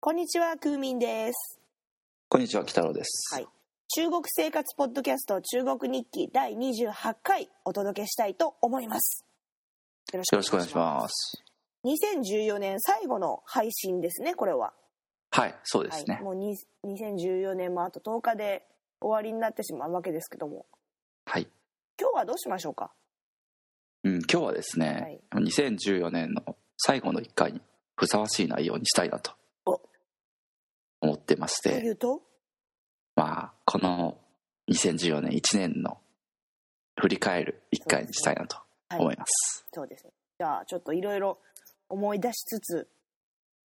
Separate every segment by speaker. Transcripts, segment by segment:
Speaker 1: こんにちは、クーミンです。
Speaker 2: こんにちは、北郎です。
Speaker 1: はい。中国生活ポッドキャスト中国日記第28回お届けしたいと思います。よろ
Speaker 2: よろしくお願いします。
Speaker 1: す。2014年最後の配信ですね、これは。
Speaker 2: はい、そうですね
Speaker 1: はい、。もうに2014年もあと10日で終わりになってしまうわけですけども、
Speaker 2: はい。
Speaker 1: 今日はどうしましょうか。
Speaker 2: うん、今日はですね、2014年の最後の1回にふさわしい内容にしたいなと
Speaker 1: お
Speaker 2: 思ってまし
Speaker 1: とい
Speaker 2: て、
Speaker 1: うと、
Speaker 2: まあ、この2014年1年の振り返る1回にしたいなと
Speaker 1: は
Speaker 2: 思
Speaker 1: い
Speaker 2: い、ます。
Speaker 1: そうですね。じゃあちょっといろいろ思い出しつつ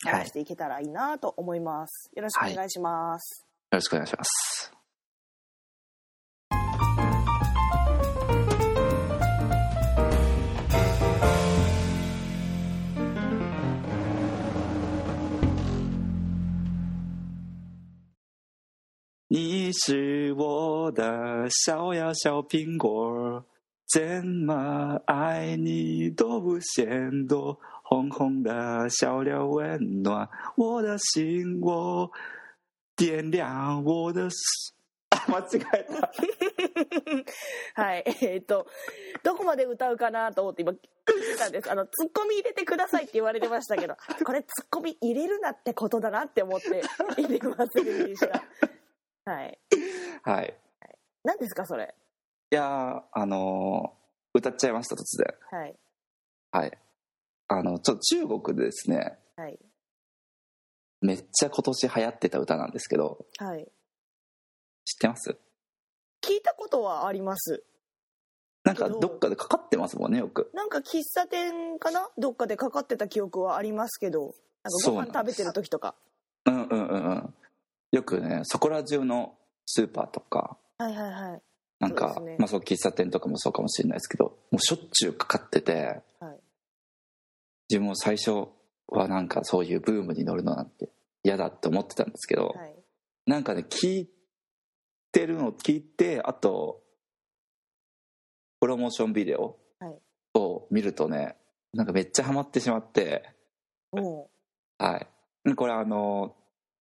Speaker 2: はい、
Speaker 1: 話していけたらいいなと思います。よろしくお願いします。
Speaker 2: よろしくお願いします。你是我的小呀小苹果，怎么爱你都不嫌多，红红的小脸温暖我的心窝，点亮我的 心。あ間違えた。
Speaker 1: はい、 えーっと、どこまで歌うかなと思って今、聞いてたんです。あの、ツッコミ入れてくださいって言われてましたけど、これツッコミ入れるなってことだなって思って、入れませんでした。はい。
Speaker 2: はい。
Speaker 1: 何ですか、それ。
Speaker 2: いやーあのー歌っちゃいました突然。
Speaker 1: はい。
Speaker 2: はい。あのちょっと中国でですね
Speaker 1: はい。
Speaker 2: めっちゃ今年流行ってた歌なんですけど
Speaker 1: はい。
Speaker 2: 知ってます？
Speaker 1: 聞いたことはあります。
Speaker 2: なんかどっかでかかってますもんねよく。
Speaker 1: なんか喫茶店かなどっかでかかってた記憶はありますけど、なんかご飯食べてる時とか。
Speaker 2: うんうんうんうん。よくねそこら中のスーパーとか
Speaker 1: はいはいはい。
Speaker 2: なんか
Speaker 1: そうですね
Speaker 2: まあそう喫茶店とかもそうかもしれないですけどもうしょっちゅうかかってて、
Speaker 1: はい
Speaker 2: 自分も最初はなんかそういうブームに乗るのなんて嫌だって思ってたんですけど。
Speaker 1: はい。
Speaker 2: なんかね聞いてるのを聞いてあとプロモーションビデオ
Speaker 1: はい
Speaker 2: を見るとね、なんかめっちゃハマってしまって
Speaker 1: も
Speaker 2: はいこれあの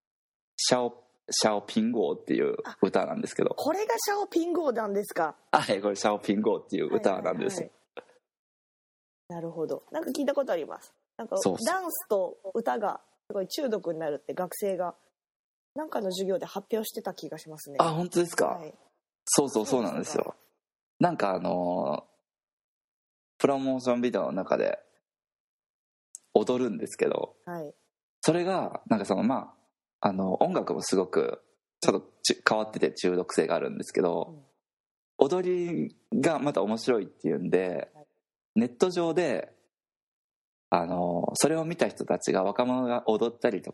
Speaker 2: 「シャオシャオピンゴー」っていう歌なんですけど
Speaker 1: う、これがシャオピン号なんですか。
Speaker 2: はいこれ「シャオピンゴー」っていう歌なんで
Speaker 1: は
Speaker 2: す、
Speaker 1: いはいはいなるほどなんか聞いたことありますなんか
Speaker 2: そうそう
Speaker 1: ダンスと歌がすごい中毒になるって学生がなんかの授業で発表してた気がしますね
Speaker 2: あ本当ですか、
Speaker 1: はい、
Speaker 2: そうそうそうなんです
Speaker 1: そう
Speaker 2: よなんかあのプロモーションビデオの中で踊るんですけど
Speaker 1: はい、
Speaker 2: それがなんかそのまああの音楽もすごくちょっとち変わってて中毒性があるんですけど、踊りがまた面白いっていうんで、
Speaker 1: はい
Speaker 2: ネット上であのそれを見た人たちが若者が踊ったりと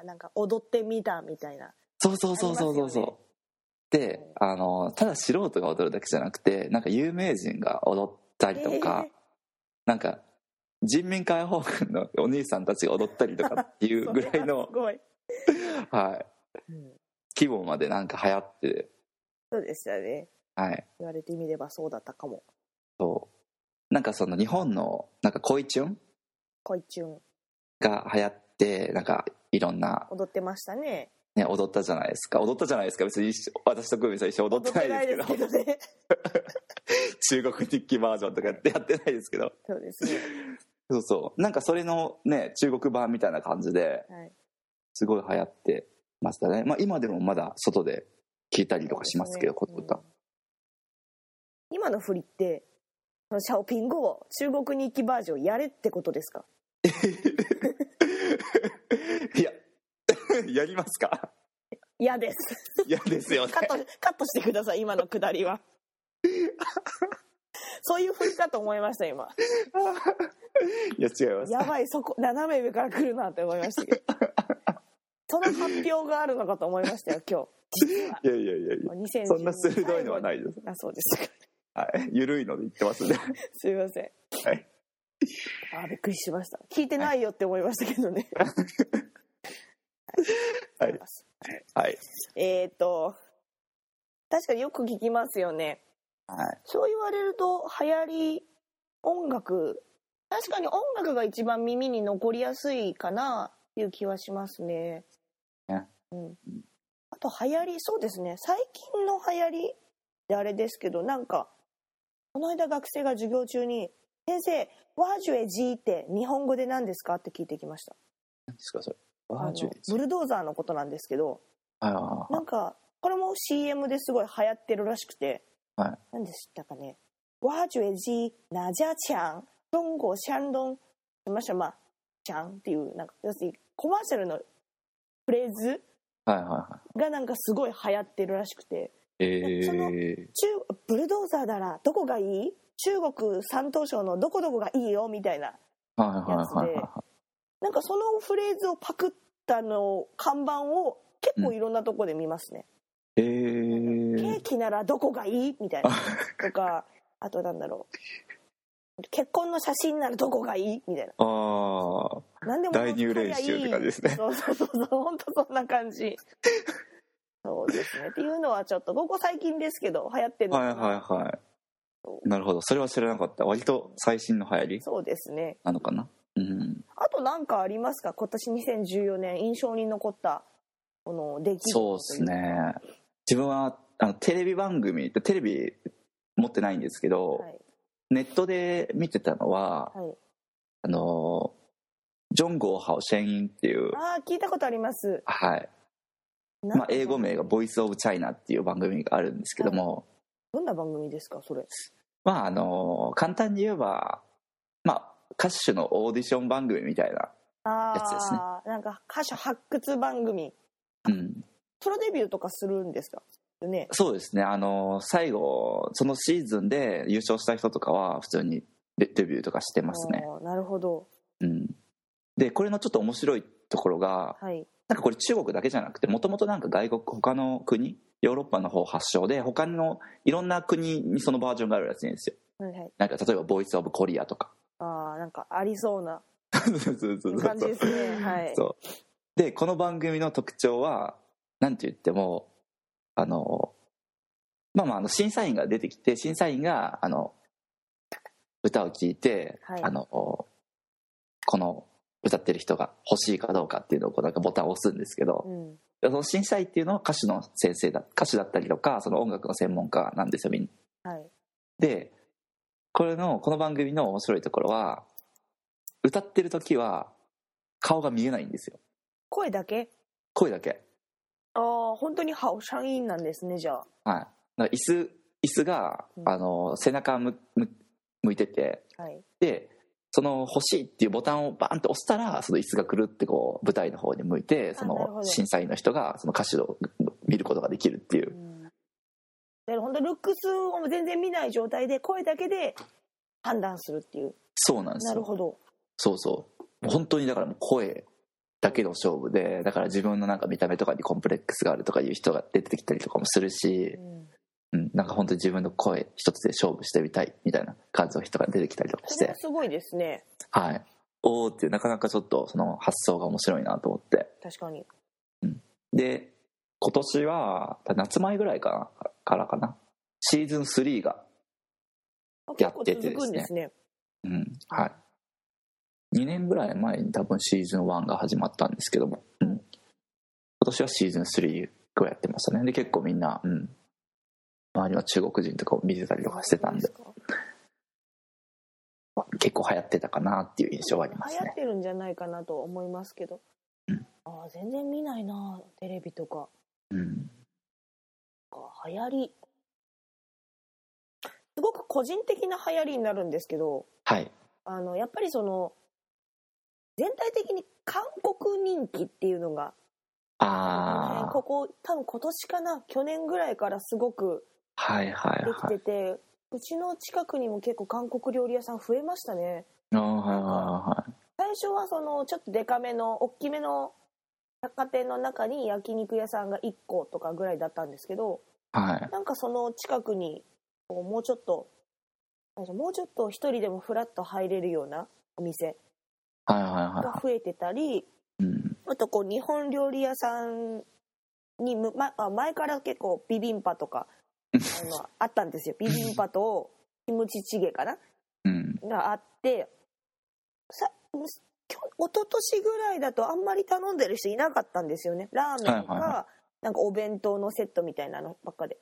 Speaker 1: あーなんか踊ってみたみたいな
Speaker 2: そうそうそうそうそうそう、
Speaker 1: あり
Speaker 2: であのただ素人が踊るだけじゃなくてなんか有名人が踊ったりとか、
Speaker 1: えー
Speaker 2: なんか人民解放軍のお兄さんたちが踊ったりとかっていうぐらい
Speaker 1: それは
Speaker 2: の
Speaker 1: す、ごい、
Speaker 2: はい、
Speaker 1: うん
Speaker 2: 規模までなんか流行って
Speaker 1: そうでしたね
Speaker 2: はい
Speaker 1: 言われてみればそうだったかも
Speaker 2: そうなんかその日本のなんか恋チュン
Speaker 1: こいちゅん
Speaker 2: が流行ってなんかいろんな、
Speaker 1: 踊ってましたね
Speaker 2: ね、踊ったじゃないですか踊ったじゃないですか別に一緒私と久美さん一緒に踊ってないですけど
Speaker 1: 踊ってないですけどね
Speaker 2: 中国日記バージョンとかやってやってないですけど
Speaker 1: そうですね
Speaker 2: そうそうなんかそれのね中国版みたいな感じで
Speaker 1: はい
Speaker 2: すごい流行ってましたね、まあ、今でもまだ外で聞いたりとかしますけど
Speaker 1: そ
Speaker 2: こ
Speaker 1: うです
Speaker 2: の
Speaker 1: ね
Speaker 2: 歌、
Speaker 1: うん今の振りってそのシャオピン語を中国日記バージョンやれってことですか
Speaker 2: いや やりますか
Speaker 1: 嫌です
Speaker 2: 嫌ですよね
Speaker 1: カットカットしてください今のくだりは そういう振りかと思いました 今
Speaker 2: いや違います
Speaker 1: やばいそこ斜め上から来るなって思いましたけ どその発表があるのかと思いましたよ今日実はい
Speaker 2: やいやいやいや
Speaker 1: 2010
Speaker 2: そんな鋭いのはないです
Speaker 1: あそうですか
Speaker 2: はい、緩いので言って ますね。
Speaker 1: すいません
Speaker 2: はい
Speaker 1: あびっくりしました聞いてないよって思いましたけどね
Speaker 2: は
Speaker 1: はい
Speaker 2: い、はい、
Speaker 1: えーっと確かによく聞きますよね
Speaker 2: はい、
Speaker 1: そう言われると流行り音楽確かに音楽が一番耳に残りやすいかないう気はしますね。
Speaker 2: ね
Speaker 1: うん、あと流行りそうですね最近の流行りってあれですけどなんかこの間学生が授業中に「先生ワージュエ G って日本語で何ですか?」って聞いてきました
Speaker 2: 何ですかそれ
Speaker 1: あ
Speaker 2: バー
Speaker 1: の
Speaker 2: ジュエ
Speaker 1: ブルドーザーのことなんですけど
Speaker 2: あ
Speaker 1: なんかこれも CM ですごい流行ってるらしくて、
Speaker 2: はい
Speaker 1: 何でしたかね「ワージュエ G ナジャチャン中国シャンドン」ましたまあ「チャン」っていうなんか要するにコマーシャルのフレーズ
Speaker 2: あはいはいは
Speaker 1: がなんかすごい流行ってるらしくて
Speaker 2: い
Speaker 1: その
Speaker 2: え
Speaker 1: 中ブルドーザーならどこがいい中国山東省のどこどこがいいよみたいな
Speaker 2: ー、はいはいはいはい
Speaker 1: や
Speaker 2: は
Speaker 1: なんかそのフレーズをパクったの看板を結構いろんなとこで見ますね、
Speaker 2: いえー、
Speaker 1: ケーキならどこがいいみたいな
Speaker 2: あ
Speaker 1: とかあとなんだろう結婚の写真ならどこがいいみたいな
Speaker 2: あー
Speaker 1: 何でも
Speaker 2: 大入練習って感じですね
Speaker 1: そうそうそうそう本当そんな感じそうですねっていうのはちょっとここ最近ですけど流行ってるの
Speaker 2: はい
Speaker 1: か
Speaker 2: は
Speaker 1: ない
Speaker 2: は
Speaker 1: そ
Speaker 2: いなるほどそれは知らなかった割と最新の流行り
Speaker 1: そうですね
Speaker 2: なのかなうん
Speaker 1: あと何かありますか今年2014年印象に残ったこの出来事
Speaker 2: そうですね自分はあのテレビ番組テレビ持ってないんですけど、
Speaker 1: はい
Speaker 2: ネットで見てたのは、
Speaker 1: はい
Speaker 2: あのジョン・ゴーハオ・シェンインっていう
Speaker 1: ああ聞いたことあります
Speaker 2: はいまあ、英語名が「ボイス・オブ・チャイナ」っていう番組があるんですけども、
Speaker 1: どんな番組ですかそれ
Speaker 2: まああの簡単に言えば、まあ、歌手のオーディション番組みたいな、
Speaker 1: あ
Speaker 2: やつですね
Speaker 1: あ、なんか歌手発掘番組
Speaker 2: うん、
Speaker 1: プロデビューとかするんですかね
Speaker 2: そうですねあの最後そのシーズンで優勝した人とかは普通にデデビューとかしてますね、
Speaker 1: あーなるほど
Speaker 2: うん、でこれのちょっと面白いところが
Speaker 1: はい
Speaker 2: なんかこれ中国だけじゃなくてもともとなんか外国他の国ヨーロッパの方発祥で他のいろんな国にそのバージョンがあるらしいんですよ
Speaker 1: はいはい
Speaker 2: なんか例えば「ボイス・オブ・コリア」とか
Speaker 1: ああなんかありそうな
Speaker 2: そうそうそうそう
Speaker 1: 感じですね はい
Speaker 2: そうでこの番組の特徴はなんて言ってもあのまあまああの審査員が出てきて審査員があの歌を聴いて、
Speaker 1: はい
Speaker 2: あのこの歌ってる人が欲しいかどうかっていうのをこうなんかボタンを押すんですけど
Speaker 1: う、ん
Speaker 2: その審査員っていうのは歌手の先生だ歌手だったりとかその音楽の専門家なんですよみんな。
Speaker 1: はい
Speaker 2: でこれのこの番組の面白いところは歌ってる時は顔が見えないんですよ
Speaker 1: 声だけ
Speaker 2: 声だけ。
Speaker 1: ああ本当にハオシャインなんですねじゃあ
Speaker 2: はい、だから椅子椅子が、
Speaker 1: うん
Speaker 2: あの背中むむ向いてて
Speaker 1: はい
Speaker 2: でその「欲しい」っていうボタンをバンって押したらその椅子がくるってこう舞台の方に向いてそ
Speaker 1: あなるほ
Speaker 2: の
Speaker 1: ど
Speaker 2: 審査員の人がその歌手を見ることができるっていううん
Speaker 1: で本当ルックスを全然見ない状態で声だけで判断するっていう
Speaker 2: そうなんです
Speaker 1: なる
Speaker 2: よ
Speaker 1: ほど
Speaker 2: そうそうもう本当にだからもう声だけの勝負でだから自分のなんか見た目とかにコンプレックスがあるとかいう人が出てきたりとかもするし、うん、なんか本当に自分の声一つで勝負してみたいみたいな感じの人が出てきたりとかし
Speaker 1: それ
Speaker 2: て
Speaker 1: は。すごいですね
Speaker 2: はい、おおってなかなかちょっとその発想が面白いなと思って
Speaker 1: 確かに
Speaker 2: で今年は夏前ぐらいかなからかなシーズン3が、
Speaker 1: あ結
Speaker 2: やっ
Speaker 1: 構
Speaker 2: てて
Speaker 1: 続くんですね
Speaker 2: うんはい、2年ぐらい前に多分シーズン1が始まったんですけども、うん、今年はシーズン3をやってましたねで結構みんな、うん、周りの中国人とかを見てたりとかしてたん
Speaker 1: そ
Speaker 2: で
Speaker 1: うすか
Speaker 2: まあ結構流行ってたかなっていう印象はあります
Speaker 1: 流行っ
Speaker 2: ね
Speaker 1: てるんじゃないかなと思いますけど、
Speaker 2: うん
Speaker 1: ああ全然見ないなテレビとか
Speaker 2: うん
Speaker 1: あ流行りすごく個人的な流行りになるんですけど
Speaker 2: はい
Speaker 1: あのやっぱりその全体的に韓国人気っていうのが
Speaker 2: ああ
Speaker 1: ここ多分今年かな去年ぐらいからすごく
Speaker 2: はいはい
Speaker 1: でき
Speaker 2: はい
Speaker 1: てて、うちの近くにも結構韓国料理屋さん増えましたね
Speaker 2: あーはいはいはい
Speaker 1: 最初はそのちょっとデカめの大きめの百貨店の中に焼肉屋さんが1個とかぐらいだったんですけど
Speaker 2: はい。
Speaker 1: なんかその近くにこうもうちょっとなんかもうちょっと一人でもフラッと入れるようなお店
Speaker 2: はいはいはい
Speaker 1: が
Speaker 2: は
Speaker 1: 増えてたり
Speaker 2: い。うん。
Speaker 1: あとこう日本料理屋さんにむ、ま、あ前から結構ビビンパと かあのあったんですよビビンパとキムチチゲかな
Speaker 2: うん。
Speaker 1: があってさ去一昨年ぐらいだとあんまり頼んでる人いなかったんですよねラーメンか、
Speaker 2: はいはい
Speaker 1: なんかお弁当のセットみたいなのばっかで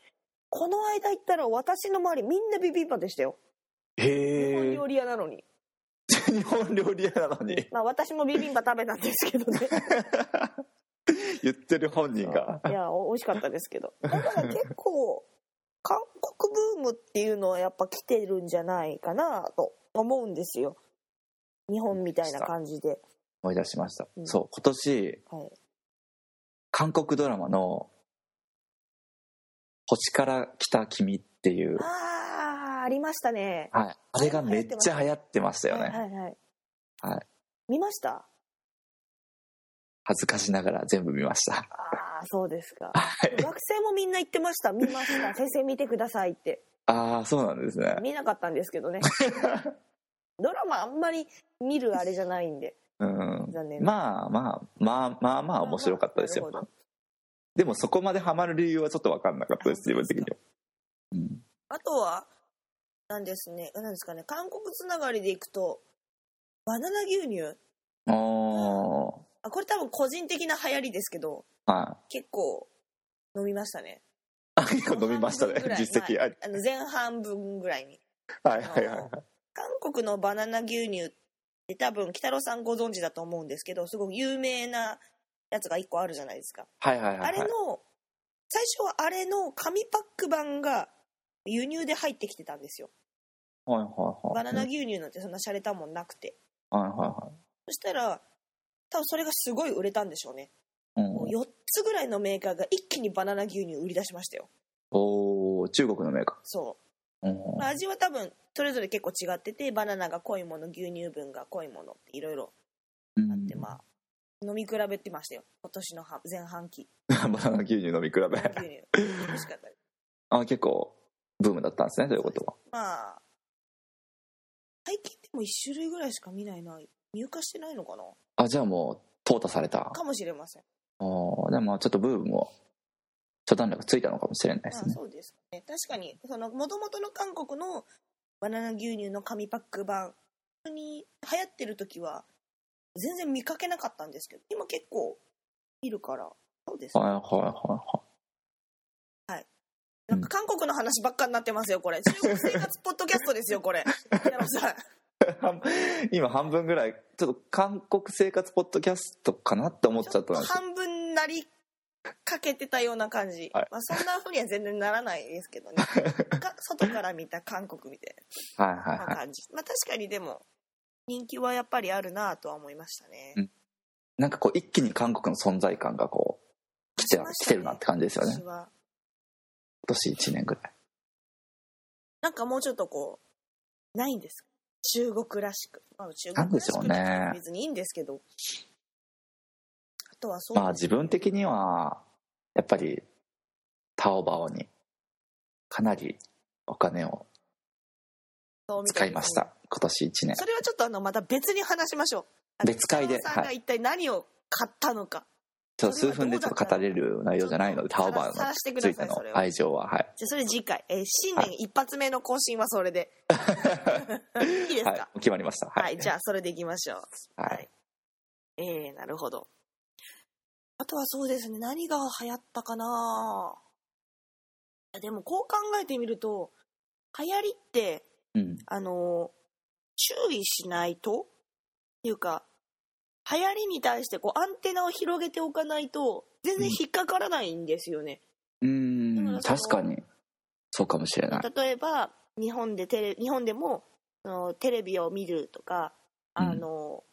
Speaker 1: この間行ったら私の周りみんなビビンバでしたよ日本
Speaker 2: へえ
Speaker 1: 料理屋なのに、
Speaker 2: 日本料理屋なのに
Speaker 1: まあ私もビビンバ食べたんですけどね
Speaker 2: 言ってる本人が
Speaker 1: いやお美味しかったですけどだから結構韓国ブームっていうのはやっぱ来てるんじゃないかなと思うんですよ日本みたいな感じで
Speaker 2: 思い出しました、
Speaker 1: うん
Speaker 2: そう今年
Speaker 1: はい
Speaker 2: 韓国ドラマの「星から来た君」っていう、
Speaker 1: あーありましたね
Speaker 2: はい、あれがめっちゃ流行ってましたよね、
Speaker 1: はいはいはい、
Speaker 2: はい
Speaker 1: 見ました
Speaker 2: 恥ずかしながら全部見ました
Speaker 1: ああそうですか
Speaker 2: はい
Speaker 1: 学生もみんな言ってました見ま した先生見てくださいって
Speaker 2: ああそうなんですね
Speaker 1: 見なかったんですけど ねドラマあんまり見るあれじゃないんで
Speaker 2: うん
Speaker 1: 残念な
Speaker 2: まあまあまあまあまあ面白かったです
Speaker 1: なる
Speaker 2: よ
Speaker 1: ほど
Speaker 2: でもそこまでハマる理由はちょっと分かんなかったです自分的には、うん、
Speaker 1: あとはなんですねなんですかね韓国つながりでいくとバナナ牛乳
Speaker 2: おー
Speaker 1: あこれ多分個人的な流行りですけど
Speaker 2: は
Speaker 1: 結構飲みましたね
Speaker 2: いあ 結構飲みましたね
Speaker 1: 半分ぐらい
Speaker 2: 実績あり
Speaker 1: あの前半分ぐらいに
Speaker 2: はいはいはいはい
Speaker 1: 韓国のバナナ牛乳って多分北郎さんご存知だと思うんですけどすごく有名なやつが1個あるじゃないですか、
Speaker 2: はいはいはい
Speaker 1: あれの最初はあれの紙パック版が輸入で入ってきてたんですよ
Speaker 2: はいはいは
Speaker 1: バ
Speaker 2: い
Speaker 1: ナナ牛乳なんてそんな洒落たもんなくて
Speaker 2: はいは
Speaker 1: そしたら多分それがすごい売れたんでしょうね
Speaker 2: いはい、
Speaker 1: もう
Speaker 2: うん、
Speaker 1: 4つぐらいのメーカーが一気にバナナ牛乳売り出しましたよ
Speaker 2: おー中国のメーカ
Speaker 1: そ
Speaker 2: ー、うん
Speaker 1: う、まあ味は多分それぞれ結構違っててバナナが濃いもの牛乳分が濃いものっていろいろ
Speaker 2: うん
Speaker 1: あってまあ飲み比べてましたよ今年の半前半 期
Speaker 2: バナナ牛乳飲み比べ
Speaker 1: 牛乳 美味しかったです
Speaker 2: あ結構ブームだったんですねということは
Speaker 1: まあ最近でも1種類ぐらいしか見ないな入荷してないのかな
Speaker 2: あじゃあもう淘汰された
Speaker 1: かもしれません
Speaker 2: あーでもまあちょっとブームも初段落ついたのかもしれないで
Speaker 1: まあ
Speaker 2: すね
Speaker 1: そうですね確かにその元々の韓国のバナナ牛乳の紙パック版本当に流行ってる時は全然見かけなかったんですけど今結構見るからそうです
Speaker 2: はい
Speaker 1: ね
Speaker 2: はいは
Speaker 1: なんか韓国の話ばっかになってますよこれ中国生活ポッドキャストですよこれ北野さん
Speaker 2: いはい今半分ぐらいちょっと韓国生活ポッドキャストかなって思っち
Speaker 1: ち
Speaker 2: ゃ
Speaker 1: ょ
Speaker 2: っ
Speaker 1: ったと
Speaker 2: んです
Speaker 1: 半分なりかけてたような感じ、
Speaker 2: はい
Speaker 1: まあ、そんな風には全然ならないです けどねか外から見た韓国みたい
Speaker 2: はいはい
Speaker 1: な
Speaker 2: はい
Speaker 1: 感じ、まあ、確かにでも人気はやっぱりあるなとは思いましたね
Speaker 2: うんなんかこう一気に韓国の存在感がこう来て,、
Speaker 1: しまし
Speaker 2: 来
Speaker 1: たね
Speaker 2: てるなって感じですよね
Speaker 1: 私
Speaker 2: 今
Speaker 1: は
Speaker 2: 年1年ぐらい
Speaker 1: なんかもうちょっとこうないんですか中国らしく、まあ、中国らしくって言っても別にいいんですけどあとはそう
Speaker 2: まあ自分的にはやっぱりタオバオにかなりお金を
Speaker 1: 顔み
Speaker 2: 使
Speaker 1: た
Speaker 2: い
Speaker 1: に
Speaker 2: ました今年1年
Speaker 1: それはちょっとあのまた別に話しましょうあの
Speaker 2: 別会で
Speaker 1: 北野さんが
Speaker 2: は
Speaker 1: 一体何を買ったのか、
Speaker 2: ちょっと数分でちょっと語れる内容じゃないので
Speaker 1: ちょ
Speaker 2: タ
Speaker 1: っ
Speaker 2: オ
Speaker 1: と
Speaker 2: バオ
Speaker 1: さら
Speaker 2: の
Speaker 1: してくだ
Speaker 2: つ
Speaker 1: さい
Speaker 2: いての
Speaker 1: それは
Speaker 2: 愛情ははい
Speaker 1: じゃあそれ次回、えー新年一発目の更新はそれ で、い、いですか
Speaker 2: は
Speaker 1: はいい、、
Speaker 2: 決まりました。はい、
Speaker 1: じゃあそれでいきましょう
Speaker 2: はい
Speaker 1: はいえー、なるほどあとはそうですね何が流行ったかないやでもこう考えてみると流行りって
Speaker 2: うん、
Speaker 1: あのー注意しないとっていうか流行りに対してこうアンテナを広げておかないと全然引っかからないんですよね、
Speaker 2: う
Speaker 1: だか
Speaker 2: ーん
Speaker 1: らその
Speaker 2: 確かにそうかもしれない。
Speaker 1: 例えば日本でテレ日本でもあのテレビを見るとか
Speaker 2: うん
Speaker 1: あの、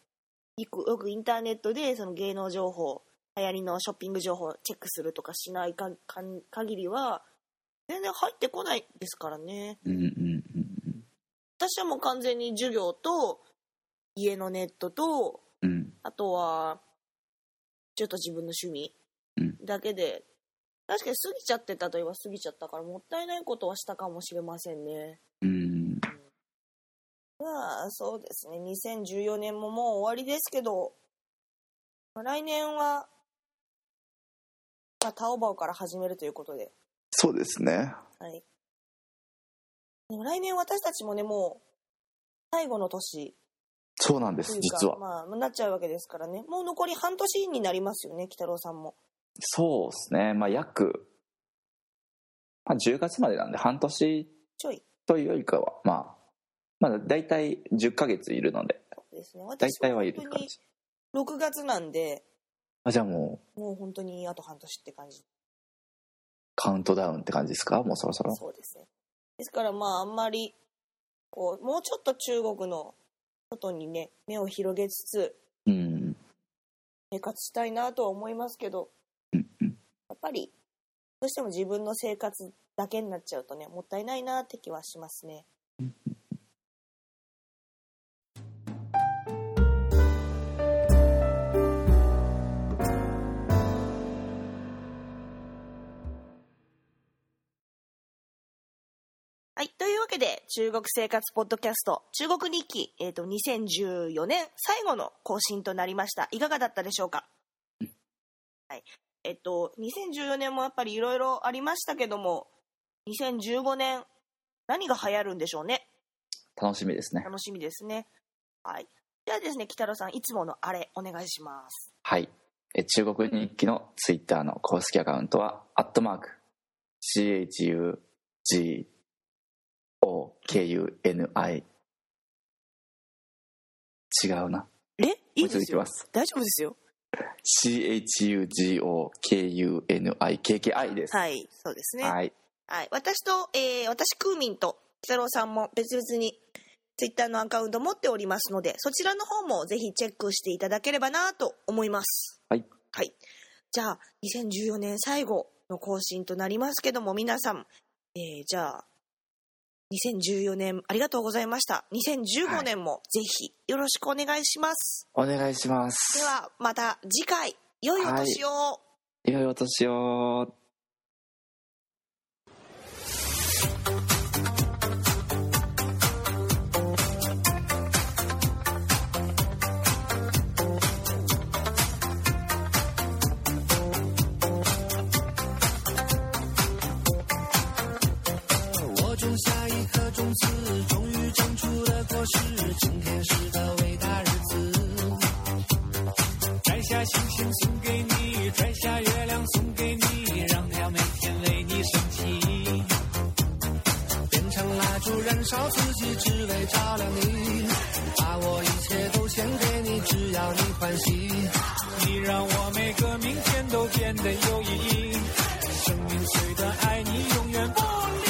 Speaker 1: よくよくインターネットでその芸能情報流行りのショッピング情報をチェックするとかしないかかん限りは全然入ってこないですからね
Speaker 2: うんうんうん
Speaker 1: 私はもう完全に授業と家のネットと
Speaker 2: うん
Speaker 1: あとはちょっと自分の趣味
Speaker 2: うん
Speaker 1: だけで、確かに過ぎちゃってたといえば過ぎちゃったからもったいないことはしたかもしれませんね
Speaker 2: うん
Speaker 1: まあそうですね2014年ももう終わりですけどまあ来年は、まあ、タオバオから始めるということで、
Speaker 2: そうですね。
Speaker 1: はい、でも来年私たちもねもう最後の年
Speaker 2: そうなんで
Speaker 1: とい
Speaker 2: す
Speaker 1: うか
Speaker 2: 実は、
Speaker 1: まあなっちゃうわけですからねもう残り半年になりますよね鬼太郎さんも
Speaker 2: そうですねまあ約、まあ、10月までなんで半年
Speaker 1: ちょい
Speaker 2: というよりかはまあまだ大体10ヶ月いるので
Speaker 1: ですね
Speaker 2: 大
Speaker 1: 私
Speaker 2: 体はい
Speaker 1: 本
Speaker 2: る
Speaker 1: 当
Speaker 2: 感
Speaker 1: に
Speaker 2: じ
Speaker 1: 6月なんで
Speaker 2: あじゃあもう
Speaker 1: もう本当にあと半年って感じ
Speaker 2: カウントダウンって感じですかもうそろそろ
Speaker 1: そうですねですからまああんまりこうもうちょっと中国の外にね目を広げつつ
Speaker 2: うん
Speaker 1: 生活したいなとは思いますけど
Speaker 2: うんうん
Speaker 1: やっぱりどうしても自分の生活だけになっちゃうとねもったいないなって気はしますねはい。というわけで、中国生活ポッドキャスト、中国日記、えっ、と、2014年最後の更新となりました。いかがだったでしょうかえっと、2014年もやっぱりいろいろありましたけども、2015年、何が流行るんでしょうね。
Speaker 2: 楽しみですね
Speaker 1: 楽しみですね。はい。ではですね、北郎さん、いつものあれ、お願いします。
Speaker 2: はい。え中国日記のツイッターの公式アカウントは、アットマーク、CHUGOKUNI。違うな。
Speaker 1: えい
Speaker 2: もう一度いきます。
Speaker 1: 大丈夫ですよ。
Speaker 2: CHUGOKUNIKKI です。
Speaker 1: はい、そうですね。はい。
Speaker 2: はい。
Speaker 1: 私と、えー私、クーミンと北郎さんも別々に、ツイッターのアカウント持っておりますので、そちらの方もぜひチェックしていただければなと思います。
Speaker 2: はい。
Speaker 1: はい。じゃあ、2014年最後の更新となりますけども、皆さん、えーじゃあ、2014年ありがとうございました。2015年もぜひよろしくお願いします。
Speaker 2: お願いします。
Speaker 1: では、また次回、良いお年を、
Speaker 2: 良いお年を。
Speaker 3: 我种下一颗种子，终于长出了果实。今天是个伟大日子，摘下星星送给你，摘下月亮送给你，让它每天为你升起。变成蜡烛燃烧自己，只为照亮你。把我一切都献给你，只要你欢喜。你让我每个明天都变得有意义。生命虽短，爱你永远不离。